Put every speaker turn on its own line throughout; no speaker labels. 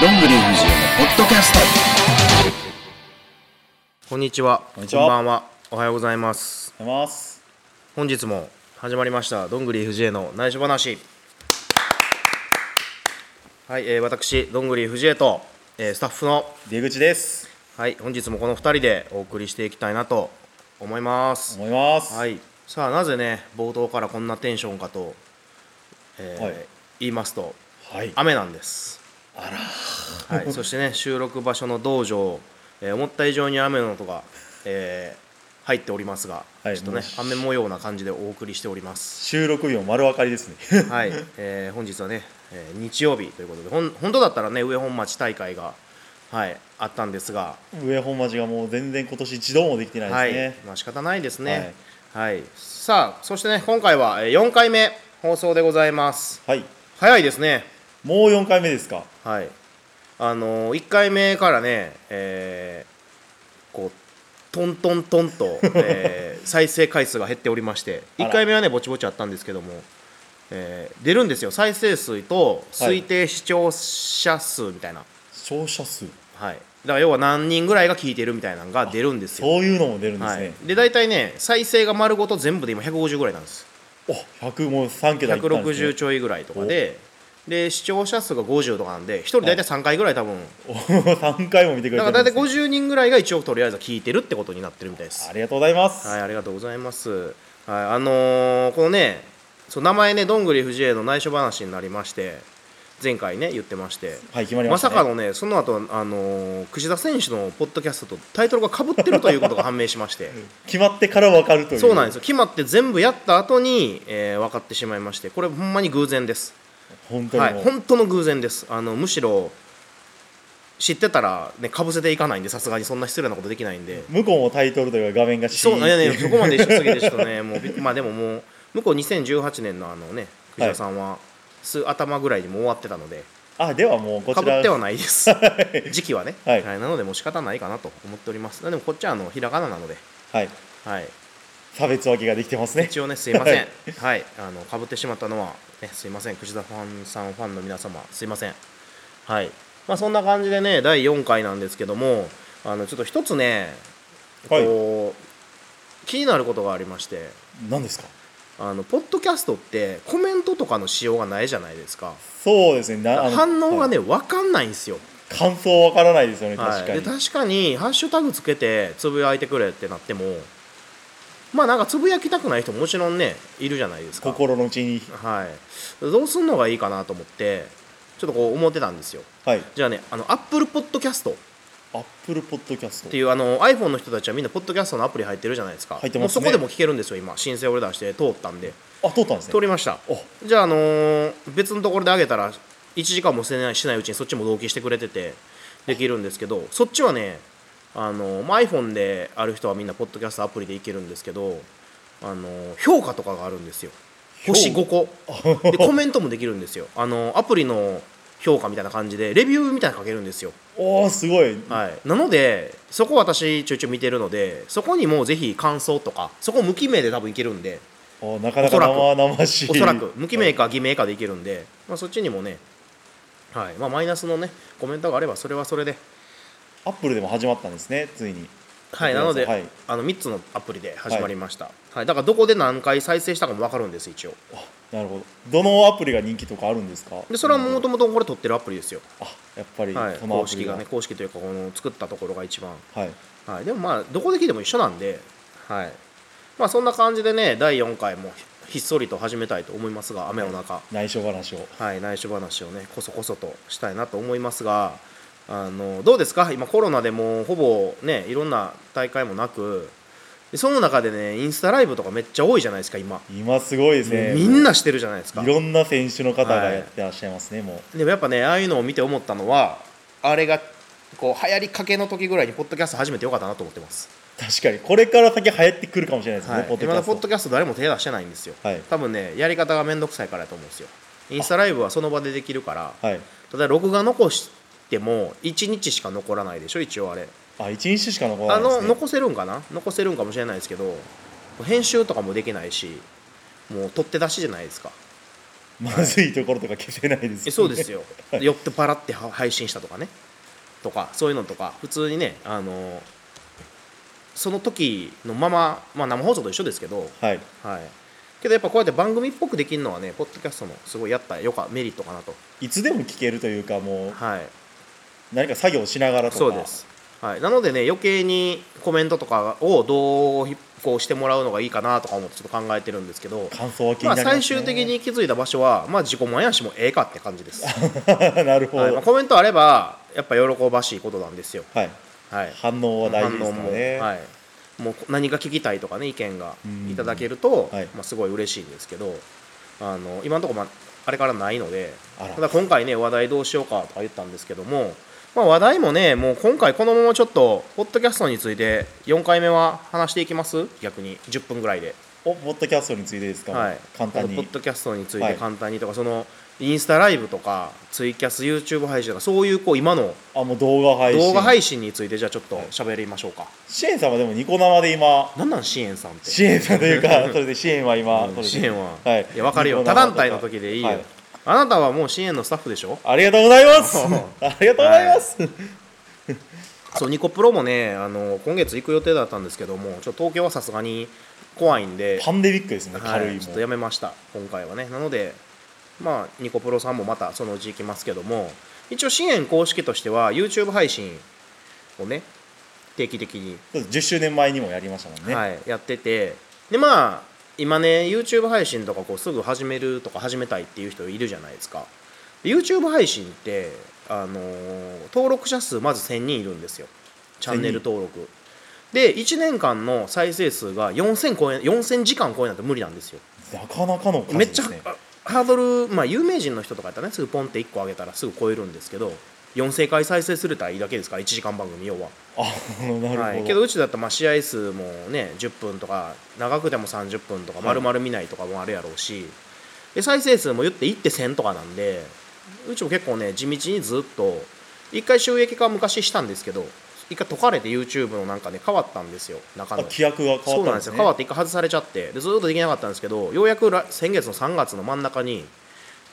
どんぐり藤枝のポッドキャスト
こんにちは。こ
んにちは
ばんは。おはようございます。
おはようございます
本日も始まりました。どんぐり藤江の内緒話。はい、えー、私どんぐり藤江と、えースタッフの
出口です
はい、本日もこの二人でお送りしていきたいなと思います。
思います
はいい。さあなぜね冒頭からこんなテンションかと、えー
はい
言いますと
はい
雨なんです。
あ
はい。そしてね収録場所の道場、えー思った以上に雨の音が。えー入っておりますが、
はい
ちょっとね
もう
雨模様な感じでお送りしております。
収録日も丸分かりですね
はい、えー本日はね、えー日曜日ということで、ほん本当だったらね、上本町大会が、はい、あったんですが、
上本町がもう全然今年一度もできてな
はいい、
ですね
まあ仕方ないですね。はい、さあ、そしてね、今回は4回目放送でございます。
はい、
早いですね。
もう四回目ですか
はい。あのー、1回目からね、えーこう、トントントンと、え ー再生回数が減っておりまして
あら
1回目はねぼちぼちあったんですけども、えー出るんですよ再生数と推定視聴者数みたいな、
照射数
はいだから要は何人ぐらいが聞いてるみたいなのが出るんですよ
そういうのも出るんで
は
す
い
ね、、
で大体ね再生が丸ごと全部で今150ぐらいなんです
お100もう3桁いったんです、ね
160、ちょいぐらいとかでで視聴者数が50とかなんで1人大体3回ぐらい多分
3回も見て くれ
だから
てるん
大
で
体
すね、
50人ぐらいが一応とりあえず聞いてるってことになってるみたいです
ありがとうございます、
はいありがとうございますはいあのーこのねそう名前ねどんぐり藤江の内緒話になりまして前回ね言ってまして
はい決まり
ま
ました、
さ
ね、
かのね、その後あのー櫛田選手のポッドキャストとタイトルがかぶってるということが判明しまして、
決まってから分かるという
そうなんですすよ決まって全部やった後に、えー分かってしまいましてこれほんまに偶然です、
本当
はい、
にもう、
本当の偶然ですあのむしろ知ってたら、ね、かぶせていかないんでさすがにそんな失礼なことできないんで、
向こうもタイトルというか画面がシーン
そういやねそこまで一緒すぎてちょっとねもうびっ まあでももう向こう2018年のあのね櫛田さんは、す頭ぐらいにもう終わってたので
あではもうこ
か
ち
ぶ
ら
ってはないです時期はね、
はい
なのでもう仕方ないかなと思っておりますでもこっちはあのひらがななので、
はい
はい、
差別分けができてますね
一応ねすいませんはいあのかぶってしまったのは、ね、すいません櫛田ファンさんファンの皆様すいませんはいまあそんな感じでね第4回なんですけどもあのちょっと一つね
はい
こう気になることがありまして
何ですか
あのポッドキャストってコメントとかのしようがないじゃないですか
そうですねなあの
反応が
はい
ね、わ分かんないんですよ
感想わからないですよね
は
確
い、
か
で
に、
確かにハッシュタグつけてつぶやいてくれってなってもまあなんかつぶやきたくない人ももちろんねいるじゃないですか
心の内に
はいどうすんのがいいかなと思ってちょっとこう思ってたんですよ
はい
じゃあねあの Apple Podcast っ
アップルポッドキャスト
ていうあの iPhone の人たちはみんな Podcast のアプリ入ってるじゃないですか
入って
もう
ます
そ
ね
こでも聞けるんですよ今申請を出して通ったんで
あ通ったんです
通
ね
りました
お
じゃあ、あのー別のところで上げたら1時間もせないしないうちにそっちも同期してくれててできるんですけどそっちはね、あのーまあ iPhone である人はみんなポッドキャストアプリでいけるんですけど、あのー評価とかがあるんですよ
評
星5個 でコメントもできるんですよ、あのーアプリの評価みたいな感じでレビューみたいなの書けるんですよ、
おおすごい
はい、なのでそこ私ちょいちょい見てるのでそこにもぜひ感想とかそこ無記名で多分いけるんで
おなかな
おそ
か
く
ら生々しい
おそらく無記名か偽名かでいけるんで、まあ、そっちにもね、はいまあ、マイナスのねコメントがあればそれはそれで、
アップルでも始まったんですねついに
はい、なので、
はい
あの3つのアプリで始まりました、はいだからどこで何回再生したかも分かるんです一応
なるほどどのアプリが人気とかあるんですか
でそれはもともとこれ撮ってるアプリですよ、
あやっぱり
はい、
そのア
公
プ
式
リ
がね公式というかこの作ったところが一番、
はい
はい、でもまあどこで聞いても一緒なんで、はいまあ、そんな感じでね第4回もひっそりと始めたいと思いますが雨の中、
内緒話を
はい、内緒話をねこそこそとしたいなと思いますがあのどうですか今コロナでもうほぼねいろんな大会もなくでその中でねインスタライブとかめっちゃ多いじゃないですか今、
今すごいですね
みんなしてるじゃないですか
いろんな選手の方が
はい
やってらっしゃいますね、もう
でもやっぱねああいうのを見て思ったのはあれがこう流行りかけの時ぐらいにポッドキャスト始めてよかったなと思ってます、
確かにこれから先流行ってくるかもしれないですね、
はい、
ポッドキ
今
ャ
の
ス
ポ
ト
ッドキャスト誰も手出してないんですよ、
はい
多分ねやり方が面倒くさいからやと思うんですよインスタライブはその場でできるから
はい
ただ録画残しても1日しか残らないでしょ一応あれ
あ一日しか残ら
あ
ないです
の
ね
残せるんかな残せるんかもしれないですけど編集とかもできないしもう取って出しじゃないですか
まずいところとか消せないですよね、
えそう ですよ寄ってパラっては配信したとかねとかそういうのとか普通にねあのその時のまま、まあ、生放送と一緒ですけど、
はい
はい、けどやっぱこうやって番組っぽくできるのはねポッドキャストのすごいやったよかメリットかなと
いつでも聞けるというかもう
はい
何か作業しながらとか
そうです、はい、なのでね余計にコメントとかをどうこうしてもらうのがいいかなとか思ってちょっと考えてるんですけど
感想は気に
ま
な
あ、
ります、ね
最終的に気づいた場所は、まあ、自己満やしもええかって感じです、
なるほど
はいまあ、コメントあればやっぱ喜ばしいことなんですよ、
はい、
はい、
反応は大事です
反
か
応
ら
も、
ね、
はい、もう何が聞きたいとかね意見が
うん
いただけると、
はい
まあ、すごい嬉しいんですけどあの今のところ、まあ、あれからないので
あら
ただ今回ね話題どうしようかとか言ったんですけども、まあ、話題もねもう今回このままちょっとポッドキャストについて4回目は話していきます逆に10分ぐらいで、
おポッドキャストについてですか、
はい、
簡単に
ポッドキャストについ
は
て
い
簡単にとか、そのインスタライブとかツイキャス YouTube 配信とかそういうこう今の
あもう動画配信
動画配信についてじゃあちょっと喋りましょうか、
支援さんはでもニコ生で今
なんなん支援さんって
支援さんとい うかそれで支援は今、
うん
それで
支援は、
はいい、、
や分かるよ
ニ
他
コ生
団
と
体の時でいいよ、
はい
あなたはもう支援のスタッフでしょ
ありがとうございます
お
あ
う
りがとうございます、
そうニコプロもねあの今月行く予定だったんですけどもちょっと東京はさすがに怖いんで
パンデミックですね
は
軽いもん、
い、ちょっとやめました今回はねなのでまあニコプロさんもまたそのうち行きますけども一応支援公式としては YouTube 配信をね定期的に
そうです10周年前にもやりましたもんね、
はい、やっててでまあ今ね YouTube 配信とかこうすぐ始めるとか始めたいっていう人いるじゃないですかで YouTube 配信って、あのー登録者数まず1000人いるんですよチャンネル登録で1年間の再生数が4000超え4000時間超えないと無理なんですよ
なかなかの数
めっち
で
ゃ
すね
あハードル、まあ、有名人の人とかやったらねすぐポンって1個上げたらすぐ超えるんですけど4000回再生するたらいいだけですから1時間番組要は
あなるほど、
はい、けどうちだったらまあ試合数もね10分とか長くても30分とか
はい
丸々見ないとかもあるやろうし、で再生数も言って1って1000とかなんでうちも結構ね地道にずっと1回収益化昔したんですけど1回解かれて YouTube のなんかね変わったんですよ中
あ
の
規約が変
そ
わ
う
った
なんん
で
ですすよ
ね
変わって1回外されちゃってでずっとできなかったんですけどようやくら先月の3月の真ん中に、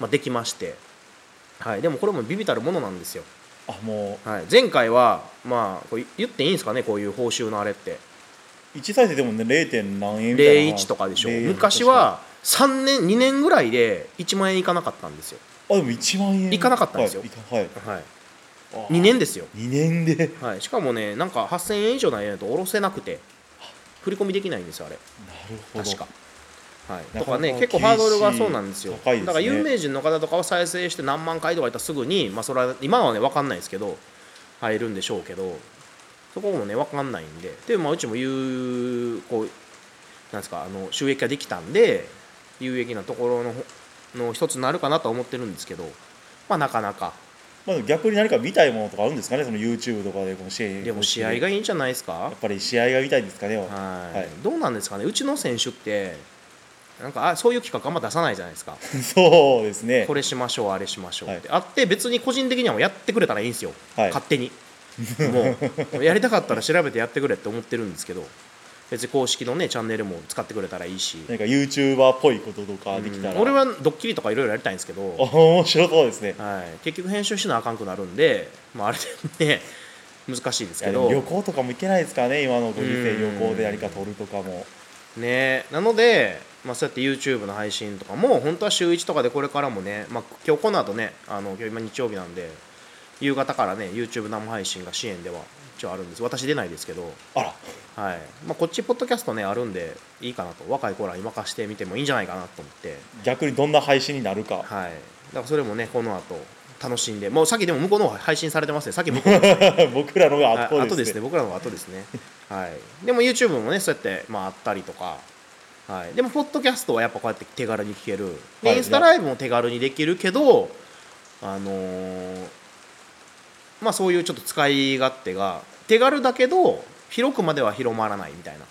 まあ、できまして、はい、でもこれもビビたるものなんですよ
あも
はい、前回は、まあ、これ言っていいんですかね、こういう報酬のあれって、
う1再生でもね 0. 何円みたいな
01とかでしょ、
0.1
昔は3年、2年ぐらいで1万円いかなかったんですよ、
あでも1万円
いかなかったんですよ
はいいかはい
はい、
あー
2年ですよ、
2年で
はい、しかもね、なんか8000円以上ないと下ろせなくて、振り込みできないんですよ、あれ、
なるほど
確か。はい、
な
と
か
か
なか
ね、
厳しい
結構ハードルがそうなんですよ
高いですね
だから有名人の方とかは再生して何万回とかいったらすぐに、まあ、それは今はね、分かんないですけど、入るんでしょうけど、そこもね、分かんないんで、で、まあ、うちも有こう、なんですか、あの収益ができたんで、有益なところのほの一つになるかなとは思ってるんですけど、まあ、なかなか、
まあ、逆に何か見たいものとかあるんですかねその YouTube とかでこの試合
でも試合がいいんじゃないですか
やっ。ぱり試合が見たいんですかね
はい
は
どうなんですかね、うちの選手って、なんかあそういう企画あんま出さないじゃないですか。
い そうですね
これしましょうあれしましょうって、あって別に個人的にはもうやってくれたらいいんですよ、
はい
勝 手にもうやりたかったら調べてやってくれって思ってるんですけど別に公式のねチャンネルも使ってくれたらいいし、
なんか YouTuber っぽいこととかできたら、
うん俺はドッキリとかいろいろやりたいんですけ
あ
ど、
面白そうですね
はい、結局編集しなあかんくなるんで、まあ、あれでね難しいです
い
け
やで
ど
も旅行とかも行けないですからね今のご
う
時世
ん
旅行で何か撮るとかも
ねなので、まあ、そうやって YouTube の配信とかも本当は週1とかでこれからもね、まあ、今日この後ねあの今日今日曜日なんで夕方からね YouTube 生配信が支援では一応あるんです私出ないですけど、
あら
はいまあ、こっちポッドキャストねあるんでいいかなと若い子らに任してみてもいいんじゃないかなと思って、
逆にどんな配信になるか、
はい、だからそれもねこの後楽しんでもうさっきでも向こうの方が配信されてますねさっき向こうの
僕らのが
あ
後です
後
ね
ですね僕らの方が後 ですね、はい、でも YouTube もねそうやって、まあ、あったりとか、はい、でもポッドキャストはやっぱこうやって手軽に聞けるで
はい
インスタライブも手軽にできるけどあのーまあそういうちょっと使い勝手が手軽だけど広くまでは広まらないみたいな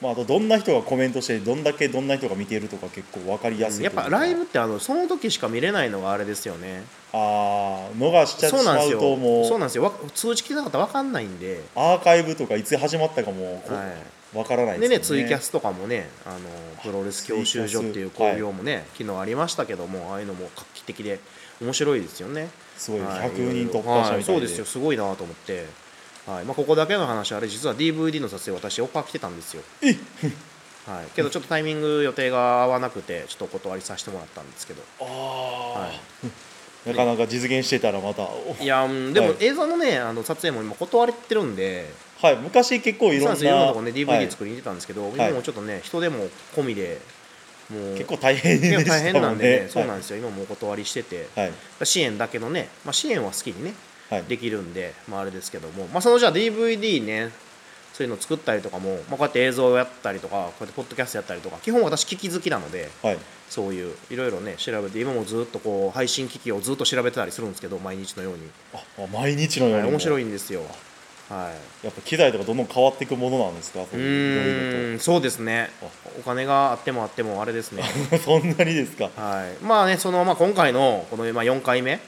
まあ、あとどんな人がコメントしてどんだけどんな人が見ているとか結構分かりやすい
やっぱライ
ブ
ブってあのその時しか見れないのがあれですよね
ああ逃しちゃし
そうなん
ま
です
う
よ
とも
そう
う
なんですよわ通知来てなかったら分かんないんで、
アーカイブとかいつ始まったかも、こう
はい
わからない
でね
よ
ツイキャスとかもねあのプロレス教習所っていう興行もね、昨日ありましたけどもああいうのも画期的で面白いですよね。
すごい
はい
100人突破者
はい
みたい
そう
で
ですよすごいなと思って、はいまあ、ここだけの話あれ実は DVD の撮影私オファー来てたんですよ。 はい、けどちょっとタイミング予定が合わなくてちょっとお断りさせてもらったんですけど、
あ
は
ーなかなか実現してたらまたお
い、いやうんでも
はい
映像のねあの撮影も今断れてるんで
はい昔結構いろん
そうなん
な
ですよいろんなとこね
は
DVD
い
作りに行ってたんですけど、
い
今もうちょっとね人でも込みでもう
結構大変で
結構大
したもんね
変なんでね、そうなん
で
ですよ、今もお断りしてて、
はい
支援だけのね、まあ、支援は好きにね、
はい
できるんで、まあ、あれですけども、まあ、そのじゃあ DVD ね、そういうの作ったりとかも、まあ、こうやって映像をやったりとか、こうやってポッドキャストやったりとか、基本私、聞き好きなので、
はい
そういう、いろいろね、調べて、今もずっとこう配信機器をずっと調べてたりするんですけど、毎日のように。
ああ毎日のよう
はい
にも
面白いんですよ。はい、
やっぱ機材とかどんどん変わっていくものなんですかそう
う
いう
ーん、そうですね、お金があってもあっても、あれですね。
いろいろと そんなにですか
はい、まあねその、まあ、今回のこのまあ4回目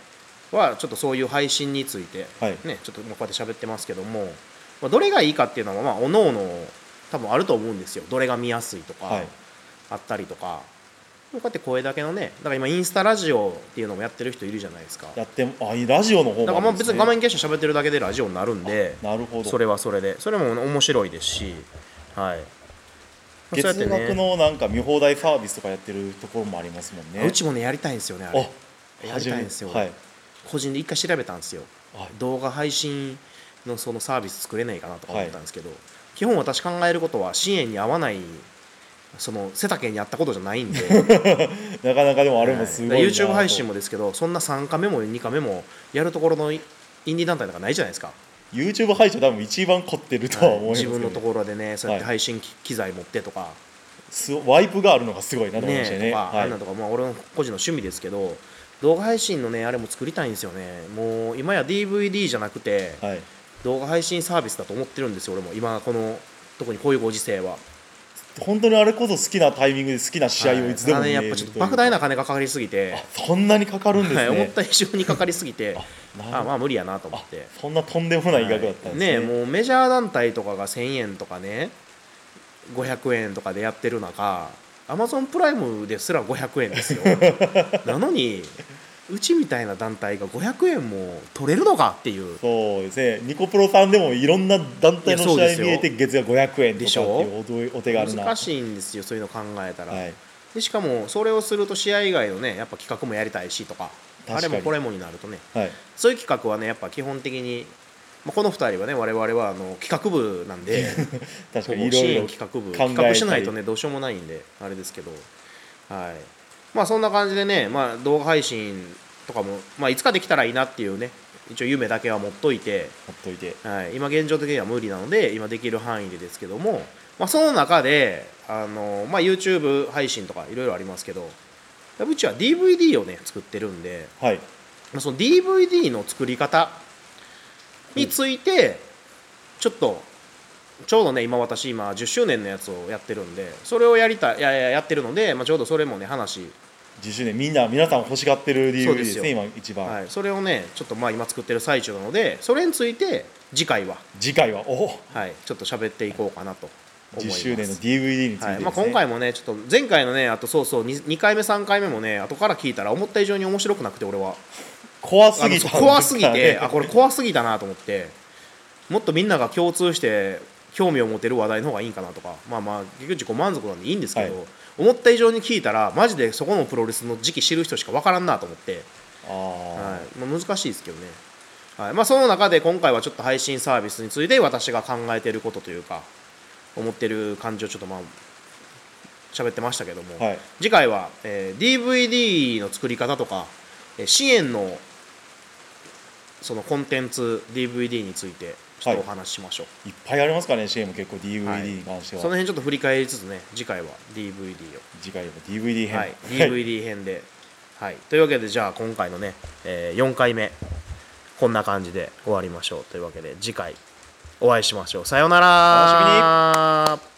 はちょっとそういう配信について、
はい
ね、ちょっとまあこうやって喋ってますけども、まあ、どれがいいかっていうのはまあおのおの多分あると思うんですよどれが見やすいとか、
はい
あったりとかこうやって声だけのねだから今インスタラジオっていうのもやってる人いるじゃないですかだ
やってもあいいラジオの方
からまあ別に画
面
面消して喋ってるだけでラジオになるんで
なるほど
それはそれでそれも面白いですしはい、まあそうやっ
月
てね
額のなんか見放題サービスとかやってるところもありますもんね
うちもねやりたいんですよねあれ
あ
やりたいんですよ
初めはい
個人で一回調べたんですよ、
はい
動画配信のそのサービス作れないかなとか思ったんですけど、基本私考えることは支援に合わないその背丈に合ったことじゃないん で
なかなかでもあれ
は
も
い
すごいな
YouTube 配信もですけどそんな3カ目も2カ目もやるところのインディー団体なんかないじゃないですか
YouTube 配信は多分一番凝ってるとは思います
自
けど
分のところでねそうやって
は
配信機機材持ってとか、
すワイプがあるのがすごいなと思いました
ね
よね
とか、あ
はい
んなんとか、まあ、俺の個人の趣味ですけど動画配信のねあれも作りたいんですよねもう今や DVD じゃなくて、
はい、
動画配信サービスだと思ってるんですよ俺も今この特にこういうご時世は
本当にあれこそ好きなタイミングで好きな試合をいつでも
は
見
い
れ
ただねや
る
っぱちょっ
と
と
いう
莫大な金がかかりすぎて、
そんなにかかるんですね、
はい思った以上にかかりすぎて
あなるほど
あまあ無理やなと思って
そんなとんでもない額だったんですね,、
はいねもうメジャー団体とかが1000円とかね500円とかでやってる中アマゾンプライムですら500円ですよ なのにうちみたいな団体が500円も取れるのかっていう
そうですねニコプロさんでもいろんな団体の
いやそうで
試
す
合
よ
見えて月額500円とかって
でしょ
いうお手軽な
難しいんですよそういうの考えたら、
はい、
でしかもそれをすると試合以外のねやっぱ企画もやりたいしとか
確
あ
か
れ
に
もこれもになるとね
はい、
そういう企画はねやっぱ基本的に、まあ、この2人はね我々はあの企画部なん で
確 か
ほぼ
にいろ
支
いろ
援企画部
考えたり
企画しないとねどうしようもないんであれですけどはいまあそんな感じでね、まあ、動画配信とかも、まあ、いつかできたらいいなっていうね一応夢だけは持っといて
ほっといて
はい、今現状的には無理なので今できる範囲でですけども、まあ、その中であの、まあ、YouTube 配信とかいろいろありますけどうちは DVD をね作ってるんで、
はい
まあ、その DVD の作り方についてちょっとちょうどね今私今10周年のやつをやってるんでそれをやりたいやいややってるので、まあ、ちょうどそれもね話
10周年みんな皆さん欲しがってる DVD で
そ
すね
うです
今一番、
はい、それをねちょっとまあ今作ってる最中なのでそれについて次回は、
次回はお
はい、ちょっと喋っていこうかなと思い
10
ます。
周年の DVD についてです、ね
はいまあ、今回もねちょっと前回のねあとそうそう 2, 回目3回目もね後から聞いたら思った以上に面白くなくて俺は
怖す
あの
ぎた
そ
ん
う
ですか
怖す
ね
ぎてあこれ怖すぎだなと思ってもっとみんなが共通して興味を持てる話題の方がいいんかなとかまあまあ結局自己満足なんでいいんですけど、
はい
思った以上に聞いたらマジでそこのプロレスの時期知る人しか分からんなと思って、
あー、
はいまあ、難しいですけどね、はいまあ、その中で今回はちょっと配信サービスについて私が考えてることというか思ってる感じをちょっとまあ喋ってましたけども、
はい
次回は、えー DVD の作り方とか、えー支援のそのコンテンツ DVD についてちょっとお話ししましょう、
いっぱいありますからね CM 結構
はい
DVD に関しては、
その辺ちょっと振り返りつつね次回は DVD
次回は DVD
を、
編
はい、DVD 編で、はい、というわけでじゃあ今回のね、えー4回目こんな感じで終わりましょうというわけで次回お会いしましょうさようなら
お楽
しみに